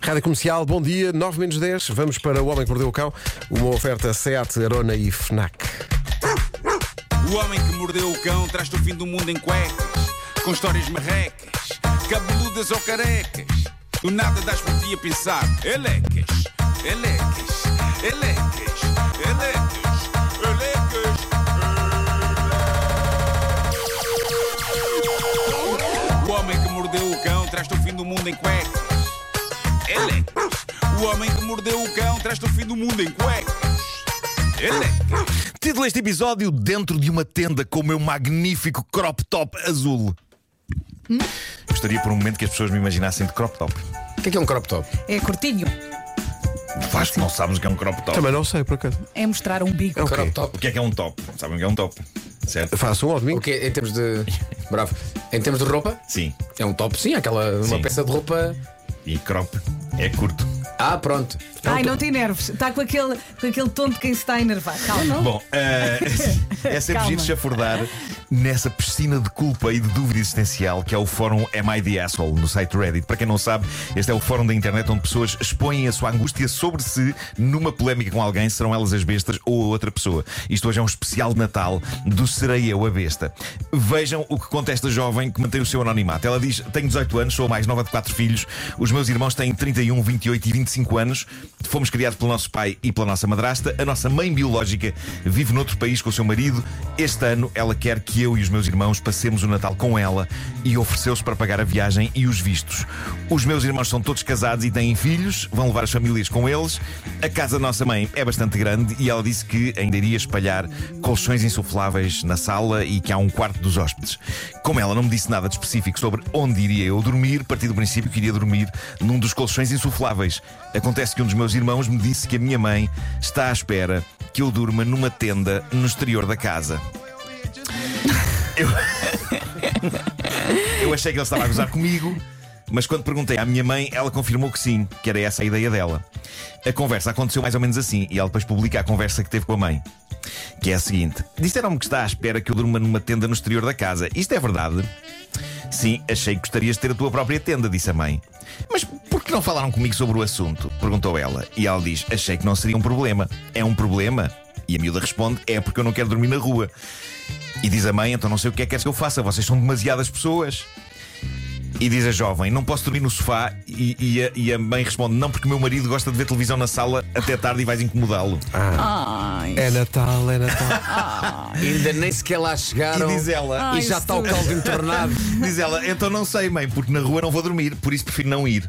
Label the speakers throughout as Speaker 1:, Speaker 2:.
Speaker 1: Rádio Comercial, bom dia, 9 menos 10. Vamos para O Homem que Mordeu o Cão, uma oferta SEAT, Arona e FNAC.
Speaker 2: O homem que mordeu o cão traz-te o fim do mundo em cuecas, com histórias marrecas, cabeludas ou carecas. Do nada das por ti a pensar, elecas, elecas, elecas, elecas, elecas. O homem que mordeu o cão traz-te o fim do mundo em cuecas, elecas. O homem que mordeu o cão traz-te o fim do mundo em cuecas, elecas.
Speaker 3: Título deste episódio: Dentro de uma tenda com o meu magnífico crop top azul. Gostaria por um momento que as pessoas me imaginassem de crop top.
Speaker 1: O que é, que é um crop top?
Speaker 4: É curtinho.
Speaker 3: Vasco, não sabes o que é um crop top.
Speaker 1: Também não sei, por acaso.
Speaker 4: É mostrar um bico.
Speaker 1: É um crop
Speaker 3: O que é que é um top? Não sabem o que é um top. Certo?
Speaker 1: Faço um ao domingo.
Speaker 5: O que em termos de. Bravo. Em termos de roupa?
Speaker 3: Sim.
Speaker 5: É um top, sim, aquela. Uma
Speaker 3: Sim.
Speaker 5: peça de roupa.
Speaker 3: E crop é curto.
Speaker 5: Ah, pronto.
Speaker 4: Ai, não te enerves. Está com aquele, com aquele tom de quem se está a enervar. Calma.
Speaker 3: Bom, eh, é sempre
Speaker 4: Calma.
Speaker 3: giro chafurdar nessa piscina de culpa e de dúvida existencial que é o fórum Am I the Asshole no site Reddit. Para quem não sabe, este é o fórum da internet onde pessoas expõem a sua angústia sobre si numa polémica com alguém, serão elas as bestas ou a outra pessoa. Isto hoje é um especial de Natal do Serei Eu a Besta. Vejam o que conta esta jovem que mantém o seu anonimato. Ela diz: Tenho 18 anos, sou a mais nova de quatro filhos, os meus irmãos têm 31, 28 e 25 anos. Fomos criados pelo nosso pai e pela nossa madrasta. A nossa mãe biológica vive noutro país com o seu marido. Este ano ela quer que eu e os meus irmãos passemos o Natal com ela e ofereceu-se para pagar a viagem e os vistos. Os meus irmãos são todos casados e têm filhos, vão levar as famílias com eles. A casa da nossa mãe é bastante grande e ela disse que ainda iria espalhar colchões insufláveis na sala e que há um quarto dos hóspedes. Como ela não me disse nada de específico sobre onde iria eu dormir, parti do princípio que iria dormir num dos colchões insufláveis. Acontece que um dos meus irmãos me disse que a minha mãe está à espera que eu durma numa tenda no exterior da casa. Eu, eu achei que ele estava a gozar comigo, mas quando perguntei à minha mãe, ela confirmou que sim, que era essa a ideia dela. A conversa aconteceu mais ou menos assim, e ela depois publica a conversa que teve com a mãe. Que é a seguinte: Disseram-me que está à espera que eu durma numa tenda no exterior da casa. Isto é verdade? Sim, achei que gostarias de ter a tua própria tenda, disse a mãe. Mas por que não falaram comigo sobre o assunto? Perguntou ela. E ela diz: Achei que não seria um problema. É um problema? E a miúda responde: É porque eu não quero dormir na rua. E diz a mãe: Então não sei o que é que queres que eu faça, vocês são demasiadas pessoas. E diz a jovem: Não posso dormir no sofá. E, e a, e a mãe responde: Não, porque o meu marido gosta de ver televisão na sala até tarde e vais incomodá-lo.
Speaker 4: Ai.
Speaker 1: É Natal, é Natal.
Speaker 5: Ainda nem sequer lá
Speaker 3: E
Speaker 5: chegaram.
Speaker 3: diz ela:
Speaker 4: Ai,
Speaker 5: e já
Speaker 4: isso
Speaker 5: está o
Speaker 4: tudo.
Speaker 5: caldo entornado.
Speaker 3: Diz ela, então não sei, mãe, porque na rua não vou dormir, por isso prefiro não ir.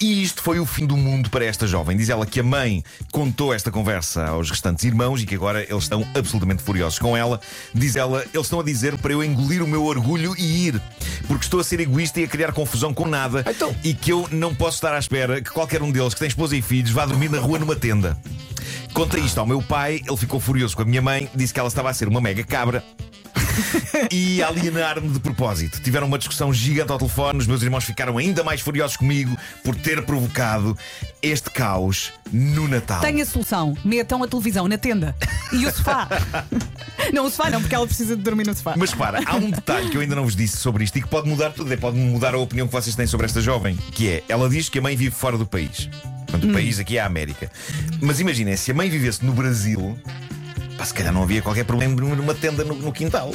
Speaker 3: E isto foi o fim do mundo para esta jovem. Diz ela que a mãe contou esta conversa aos restantes irmãos e que agora eles estão absolutamente furiosos com ela. Diz ela, eles estão a dizer para eu engolir o meu orgulho e ir, porque estou a ser egoísta e a criar confusão com nada
Speaker 5: Então.
Speaker 3: e que eu não posso estar à espera que qualquer um deles que tem esposa e filhos vá dormir na rua numa tenda. Contei isto ao meu pai, ele ficou furioso com a minha mãe, disse que ela estava a ser uma mega cabra e alienar-me de propósito. Tiveram uma discussão gigante ao telefone, os meus irmãos ficaram ainda mais furiosos comigo por ter provocado este caos no Natal.
Speaker 4: Tem a solução. Metam a televisão na tenda. E o sofá. não, o sofá não, porque ela precisa de dormir no sofá.
Speaker 3: Mas para, há um detalhe que eu ainda não vos disse sobre isto e que pode mudar tudo, é, pode mudar a opinião que vocês têm sobre esta jovem, que é, ela diz que a mãe vive fora do país. Portanto, o país aqui é a América. Mas imaginem, se a mãe vivesse no Brasil, pá, se calhar não havia qualquer problema numa tenda no, no quintal.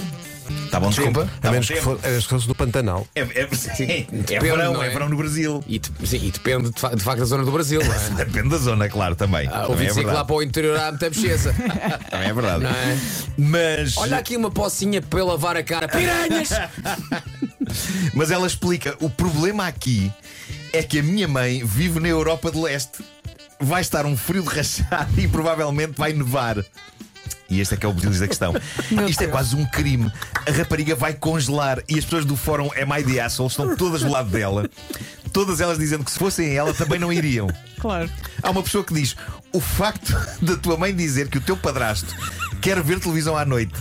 Speaker 3: Está bom
Speaker 5: Desculpa,
Speaker 3: tempo.
Speaker 1: A
Speaker 3: Tá bom
Speaker 1: menos que
Speaker 3: tempo.
Speaker 1: for- as pessoas do Pantanal.
Speaker 3: É, é, é,
Speaker 5: depende,
Speaker 3: verão,
Speaker 5: não
Speaker 3: é
Speaker 5: é?
Speaker 3: verão no Brasil.
Speaker 5: E, de- sim, e depende de, fa- de facto da zona do Brasil, não é?
Speaker 3: Depende da zona, claro, também.
Speaker 5: Ah,
Speaker 3: também,
Speaker 5: ouvi
Speaker 3: é
Speaker 5: dizer que lá
Speaker 3: verdade.
Speaker 5: para o interior há muita mexeza.
Speaker 3: também é verdade.
Speaker 5: Não é?
Speaker 3: Mas,
Speaker 5: Olha aqui uma pocinha para eu lavar a cara. Piranhas!
Speaker 3: mas ela explica: o problema aqui é que a minha mãe vive na Europa de Leste. Vai estar um frio de rachado e provavelmente vai nevar. E este é que é o beleza da questão.
Speaker 4: Meu
Speaker 3: Isto é
Speaker 4: Deus.
Speaker 3: quase um crime. A rapariga vai congelar e as pessoas do fórum é My The Asshole estão todas do lado dela. Todas elas dizendo que se fossem ela também não iriam.
Speaker 4: Claro.
Speaker 3: Há uma pessoa que diz: o facto da tua mãe dizer que o teu padrasto quer ver televisão à noite.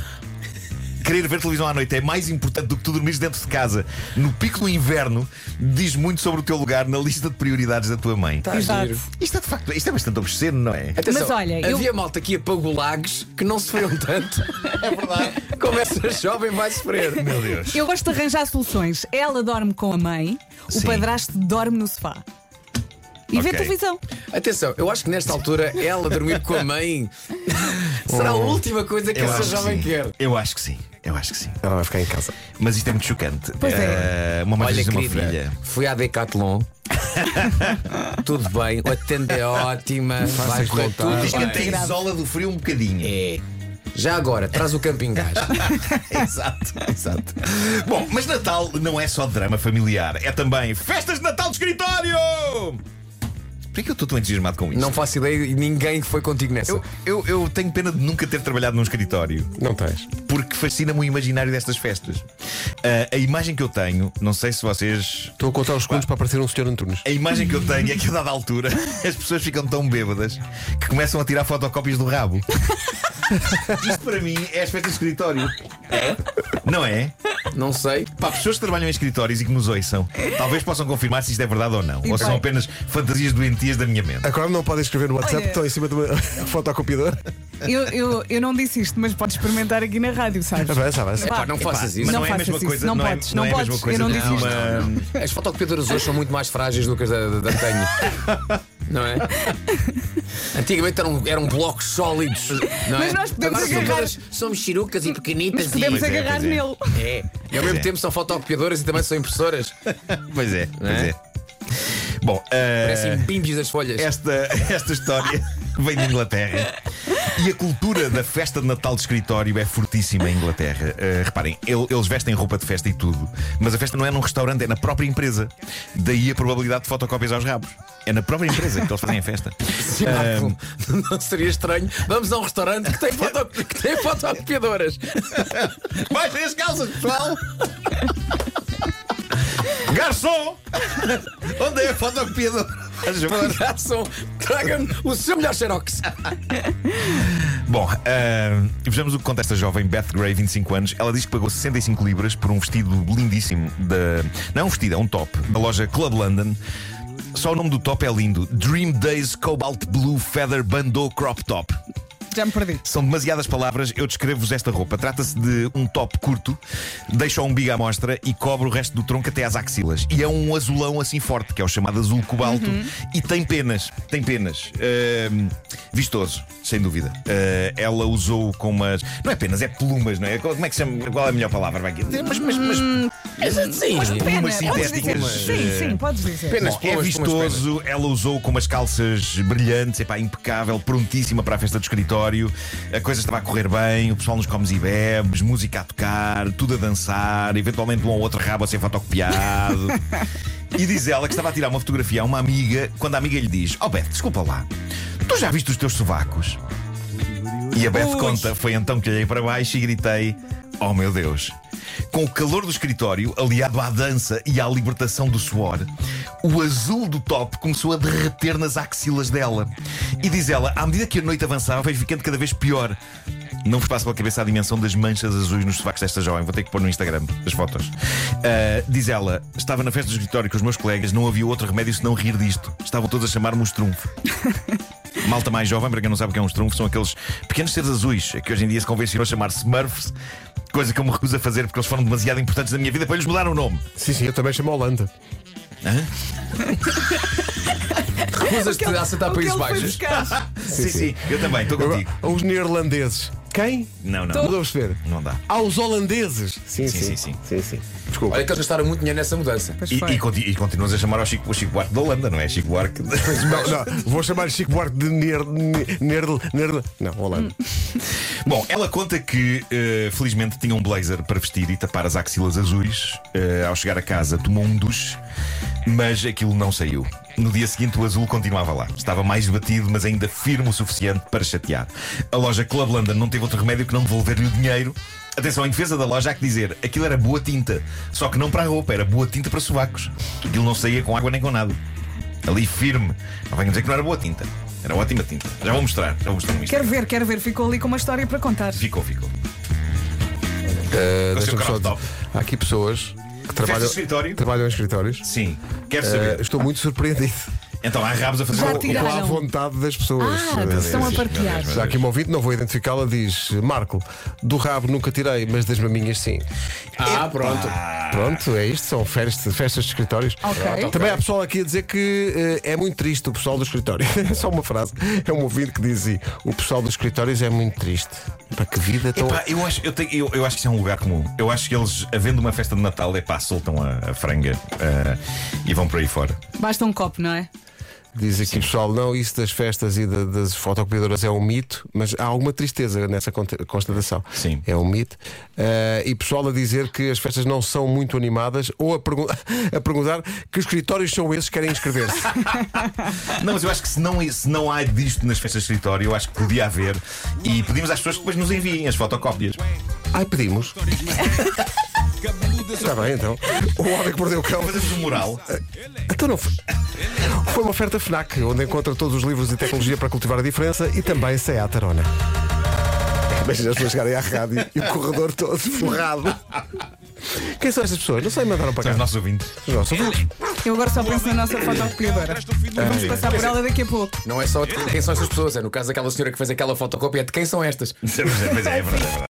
Speaker 3: Querer ver televisão à noite é mais importante do que tu dormires dentro de casa no pico do inverno, diz muito sobre o teu lugar na lista de prioridades da tua mãe.
Speaker 4: Exato.
Speaker 5: giro.
Speaker 3: Isto é de facto, isto é bastante obsceno, não é?
Speaker 5: Atenção,
Speaker 4: Mas olha, eu-
Speaker 5: havia malta aqui a pagulagues que não sofreram tanto. É verdade. Como essa jovem vai sofrer.
Speaker 3: Meu Deus.
Speaker 4: Eu gosto de arranjar soluções. Ela dorme com a mãe, o
Speaker 3: Sim.
Speaker 4: padrasto dorme no sofá. e vê
Speaker 3: Ok.
Speaker 4: televisão.
Speaker 5: Atenção, eu acho que nesta altura ela dormir com a mãe será a última coisa que
Speaker 3: Oh, Eu
Speaker 5: essa
Speaker 3: acho que
Speaker 5: jovem
Speaker 3: sim.
Speaker 5: quer.
Speaker 3: Eu acho que sim. Eu acho que sim.
Speaker 1: Ela vai ficar em casa.
Speaker 3: Mas isto é muito chocante.
Speaker 4: Pois é.
Speaker 3: Eh, uma mãe
Speaker 5: Olha,
Speaker 3: diz a uma
Speaker 5: querida,
Speaker 3: filha.
Speaker 5: fui à Decathlon. tudo bem, o atende é ótima, vai correr
Speaker 1: contar.
Speaker 5: tudo
Speaker 3: Diz que
Speaker 5: bem.
Speaker 3: até isola do frio um bocadinho.
Speaker 5: É. Já agora, traz o camping gás.
Speaker 3: Exato, exato. Bom, mas Natal não é só drama familiar, é também festas de Natal de escritório! Porquê que eu estou tão entusiasmado com isto?
Speaker 5: Não faço ideia e ninguém foi contigo nessa.
Speaker 3: Eu, eu, eu tenho pena de nunca ter trabalhado num escritório,
Speaker 1: Não tens.
Speaker 3: porque fascina-me o imaginário destas festas. Ah, a imagem que eu tenho, não sei se vocês
Speaker 1: Estou a contar os segundos para aparecer um senhor Antunes.
Speaker 3: A imagem que eu tenho é que a dada altura as pessoas ficam tão bêbadas que começam a tirar fotocópias do rabo. Isto para mim é aspecto de escritório. É? Não é?
Speaker 5: Não sei.
Speaker 3: Pá, pessoas que trabalham em escritórios e que nos ouçam, talvez possam confirmar se isto é verdade ou não. ou se são apenas fantasias doentias da minha mente.
Speaker 1: Agora não podem escrever no WhatsApp,
Speaker 4: Olha.
Speaker 1: estão em cima de uma fotocopiadora.
Speaker 4: Eu, eu, eu não disse isto, mas podes experimentar aqui na rádio, sabes?
Speaker 1: Avança, avança.
Speaker 4: Vá.
Speaker 5: Pá, não faças
Speaker 3: Mas
Speaker 5: isso.
Speaker 4: Não
Speaker 3: não é a
Speaker 4: faças
Speaker 3: mesma
Speaker 4: isso,
Speaker 3: coisa.
Speaker 4: não
Speaker 3: é-
Speaker 4: podes,
Speaker 3: não
Speaker 4: não
Speaker 3: é a mesma
Speaker 4: podes,
Speaker 3: coisa
Speaker 4: eu não
Speaker 3: de
Speaker 4: disse isto.
Speaker 3: uma-
Speaker 5: As fotocopiadoras hoje são muito mais frágeis do que as da, da, da antanho. Não é? Antigamente eram, eram blocos sólidos. Não
Speaker 4: Mas
Speaker 5: é?
Speaker 4: nós podemos
Speaker 5: Agora são
Speaker 4: agarrar-
Speaker 5: todas- Somos chirucas e pequenitas
Speaker 4: Mas
Speaker 5: e.
Speaker 4: podemos
Speaker 3: é,
Speaker 4: agarrar
Speaker 3: pois é.
Speaker 4: nele.
Speaker 5: É. E ao mesmo tempo são fotocopiadoras e também são impressoras.
Speaker 3: Pois é, pois
Speaker 5: é?
Speaker 3: é. Bom, ah,
Speaker 4: É.
Speaker 5: Parecem bimbis das folhas.
Speaker 3: Esta, esta história vem de Inglaterra. E a cultura da festa de Natal de escritório é fortíssima em Inglaterra. Uh, reparem, el- eles vestem roupa de festa e tudo, mas a festa não é num restaurante, é na própria empresa. Daí a probabilidade de fotocópias aos rabos. É na própria empresa que eles fazem a festa. Eh,
Speaker 5: Sim,
Speaker 4: É.
Speaker 5: Marco, Não seria estranho. Vamos a um restaurante que tem, foto, que tem fotocopiadoras.
Speaker 3: Baixem as calças, pessoal! Garçom! Onde é a fotocopiadora?
Speaker 5: Garçom, Traga-me o seu melhor xerox.
Speaker 3: Bom, ah, vejamos o que conta esta jovem Beth Gray, 25 anos. Ela diz que pagou 65 libras por um vestido lindíssimo da. Não é um vestido, é um top, da loja Club London. Só o nome do top é lindo: Dream Days Cobalt Blue Feather Bandeau Crop Top.
Speaker 4: Já me perdi.
Speaker 3: São demasiadas palavras, eu descrevo-vos esta roupa. Trata-se de um top curto, deixa o umbigo à mostra e cobre o resto do tronco até às axilas. E é um azulão assim forte, que é o chamado azul cobalto. E tem penas, tem penas. Ahm, vistoso, sem dúvida. Ah, ela usou com umas. Não é penas, é plumas, não é? Como é que se chama? Qual é a melhor palavra? Vai aqui. Mas, mas, mas...
Speaker 5: Sim.
Speaker 4: Pena,
Speaker 3: Umas
Speaker 4: podes dizer.
Speaker 3: sintéticas,
Speaker 4: Sim,
Speaker 3: eh,
Speaker 4: sim, podes dizer.
Speaker 5: Penas,
Speaker 3: Bom, é
Speaker 5: plumas, plumas, penas.
Speaker 3: vistoso, ela usou com umas calças brilhantes, epá, impecável, prontíssima para a festa do escritório. A coisa estava a correr bem, o pessoal nos comes e bebes, música a tocar, tudo a dançar, eventualmente um ou outro rabo a ser fotocopiado. e diz ela que estava a tirar uma fotografia a uma amiga, quando a amiga lhe diz: Oh Beth, desculpa lá, tu já viste os teus sovacos? E a Beth
Speaker 4: Ui.
Speaker 3: conta, foi então que olhei para baixo e gritei: Oh meu Deus! Com o calor do escritório, aliado à dança e à libertação do suor, o azul do top começou a derreter nas axilas dela. E diz ela: à medida que a noite avançava, foi ficando cada vez pior. Não vos passa pela cabeça a dimensão das manchas azuis nos sovacos desta jovem. Vou ter que pôr no Instagram as fotos. Ah, diz ela: Estava na festa do escritório com os meus colegas, não havia outro remédio senão rir disto. Estavam todos a chamar-me os trunfos. Malta mais jovem, para quem não sabe o que é um trunfos, são aqueles pequenos seres azuis que hoje em dia se convencionou chamar Smurfs, coisa que eu me recuso a fazer porque eles foram demasiado importantes na minha vida para lhes mudar o nome.
Speaker 1: Sim, sim, eu também chamo a Holanda.
Speaker 5: Recusas-te a aceitar
Speaker 4: O que
Speaker 5: países
Speaker 4: ele foi
Speaker 5: baixos.
Speaker 4: buscar?
Speaker 3: Sim, sim, eu também, estou
Speaker 1: Agora,
Speaker 3: contigo.
Speaker 1: Os neerlandeses. Quem?
Speaker 3: Não, não,
Speaker 1: Mudou a perceber.
Speaker 3: não dá.
Speaker 1: Aos holandeses. Sim,
Speaker 3: sim, sim.
Speaker 1: Desculpa.
Speaker 5: Olha que eles gastaram muito dinheiro nessa mudança.
Speaker 4: Pois
Speaker 3: E,
Speaker 4: foi.
Speaker 3: e conti- e continuas a chamar ao Chico, o Chico Buarque da Holanda, não é? Chico Buarque. de-
Speaker 1: Não, não, vou chamar Chico Buarque de Nerd. Nerd. Nerd. Não, Holanda.
Speaker 3: Bom, ela conta que eh, felizmente tinha um blazer para vestir e tapar as axilas azuis. Eh, ao chegar a casa, tomou um duche, mas aquilo não saiu. No dia seguinte, o azul continuava lá. Estava mais batido, mas ainda firme o suficiente para chatear. A loja Club London não teve outro remédio que não devolver-lhe o dinheiro. Atenção, em defesa da loja, há que dizer aquilo era boa tinta, só que não para a roupa, era boa tinta para sovacos. Aquilo não saía com água nem com nada. Ali firme. Não venham dizer que não era boa tinta. Era ótima tinta. Já vou mostrar. Já vou mostrar no
Speaker 4: Quero
Speaker 3: Instagram.
Speaker 4: ver, quero ver. Ficou ali com uma história para contar.
Speaker 3: Ficou, ficou.
Speaker 1: Uh,
Speaker 3: o seu
Speaker 1: deixa-me só
Speaker 3: crop
Speaker 1: dizer,
Speaker 3: top.
Speaker 1: Há aqui pessoas que trabalham,
Speaker 3: escritório?
Speaker 1: trabalham em escritórios.
Speaker 3: Sim, quero
Speaker 1: Uh,
Speaker 3: saber.
Speaker 1: estou muito surpreendido.
Speaker 3: Então há rabos a fazer
Speaker 4: Já
Speaker 3: o- o-
Speaker 1: Com a
Speaker 4: tiraram.
Speaker 1: vontade das pessoas.
Speaker 4: Ah, estão a partilhar.
Speaker 1: Já aqui um ouvinte, não vou identificá-la, diz Marco, do rabo nunca tirei, mas das maminhas sim.
Speaker 5: Ah, pronto.
Speaker 1: Pronto, é isto, são festas, festas de escritórios.
Speaker 4: Ok.
Speaker 1: Também há pessoal aqui a dizer que eh, é muito triste o pessoal do escritório. É só uma frase. É um ouvinte que diz assim, o pessoal dos escritórios é muito triste. Para que vida tão.
Speaker 3: Epá, eu, acho, eu, tenho- eu- eu acho que isso é um lugar comum. Eu acho que eles, havendo uma festa de Natal, epá, soltam a, a franga ah, e vão por aí fora.
Speaker 4: Basta um copo, não é?
Speaker 1: Diz aqui o pessoal, não, isso das festas e da- das fotocopiadoras é um mito, mas há alguma tristeza nessa conte- constatação.
Speaker 3: Sim.
Speaker 1: É um mito. Eh, e pessoal a dizer que as festas não são muito animadas ou a, pergun- a perguntar que escritórios são esses que querem inscrever-se.
Speaker 3: Não, mas eu acho que se não, se não há disto nas festas de escritório, eu acho que podia haver. E pedimos às pessoas que depois nos enviem as fotocópias.
Speaker 1: Ai, pedimos.
Speaker 2: Histórias marrecas, cabeludas
Speaker 4: É.
Speaker 1: Está
Speaker 2: ou
Speaker 1: bem então. O homem que mordeu o cão.
Speaker 3: Fazemos um mural.
Speaker 1: Então não foi. Foi uma oferta FNAC, onde encontra todos os livros e tecnologia para cultivar a diferença e também a Tarona. Imagina as pessoas chegarem à rádio e o corredor todo forrado. Quem são estas pessoas? Não sei, mandaram para
Speaker 3: São
Speaker 1: cá.
Speaker 3: os nossos ouvintes.
Speaker 1: Os nossos ouvintes.
Speaker 4: Eu agora só penso na nossa fotocopiadora.
Speaker 2: Atrás do fim do
Speaker 4: Vamos passar por ela daqui a pouco.
Speaker 5: Não é só de quem são estas pessoas, é no caso daquela senhora que fez aquela fotocópia, é de quem são estas?
Speaker 3: Pois é, pois é, é verdade. é verdade.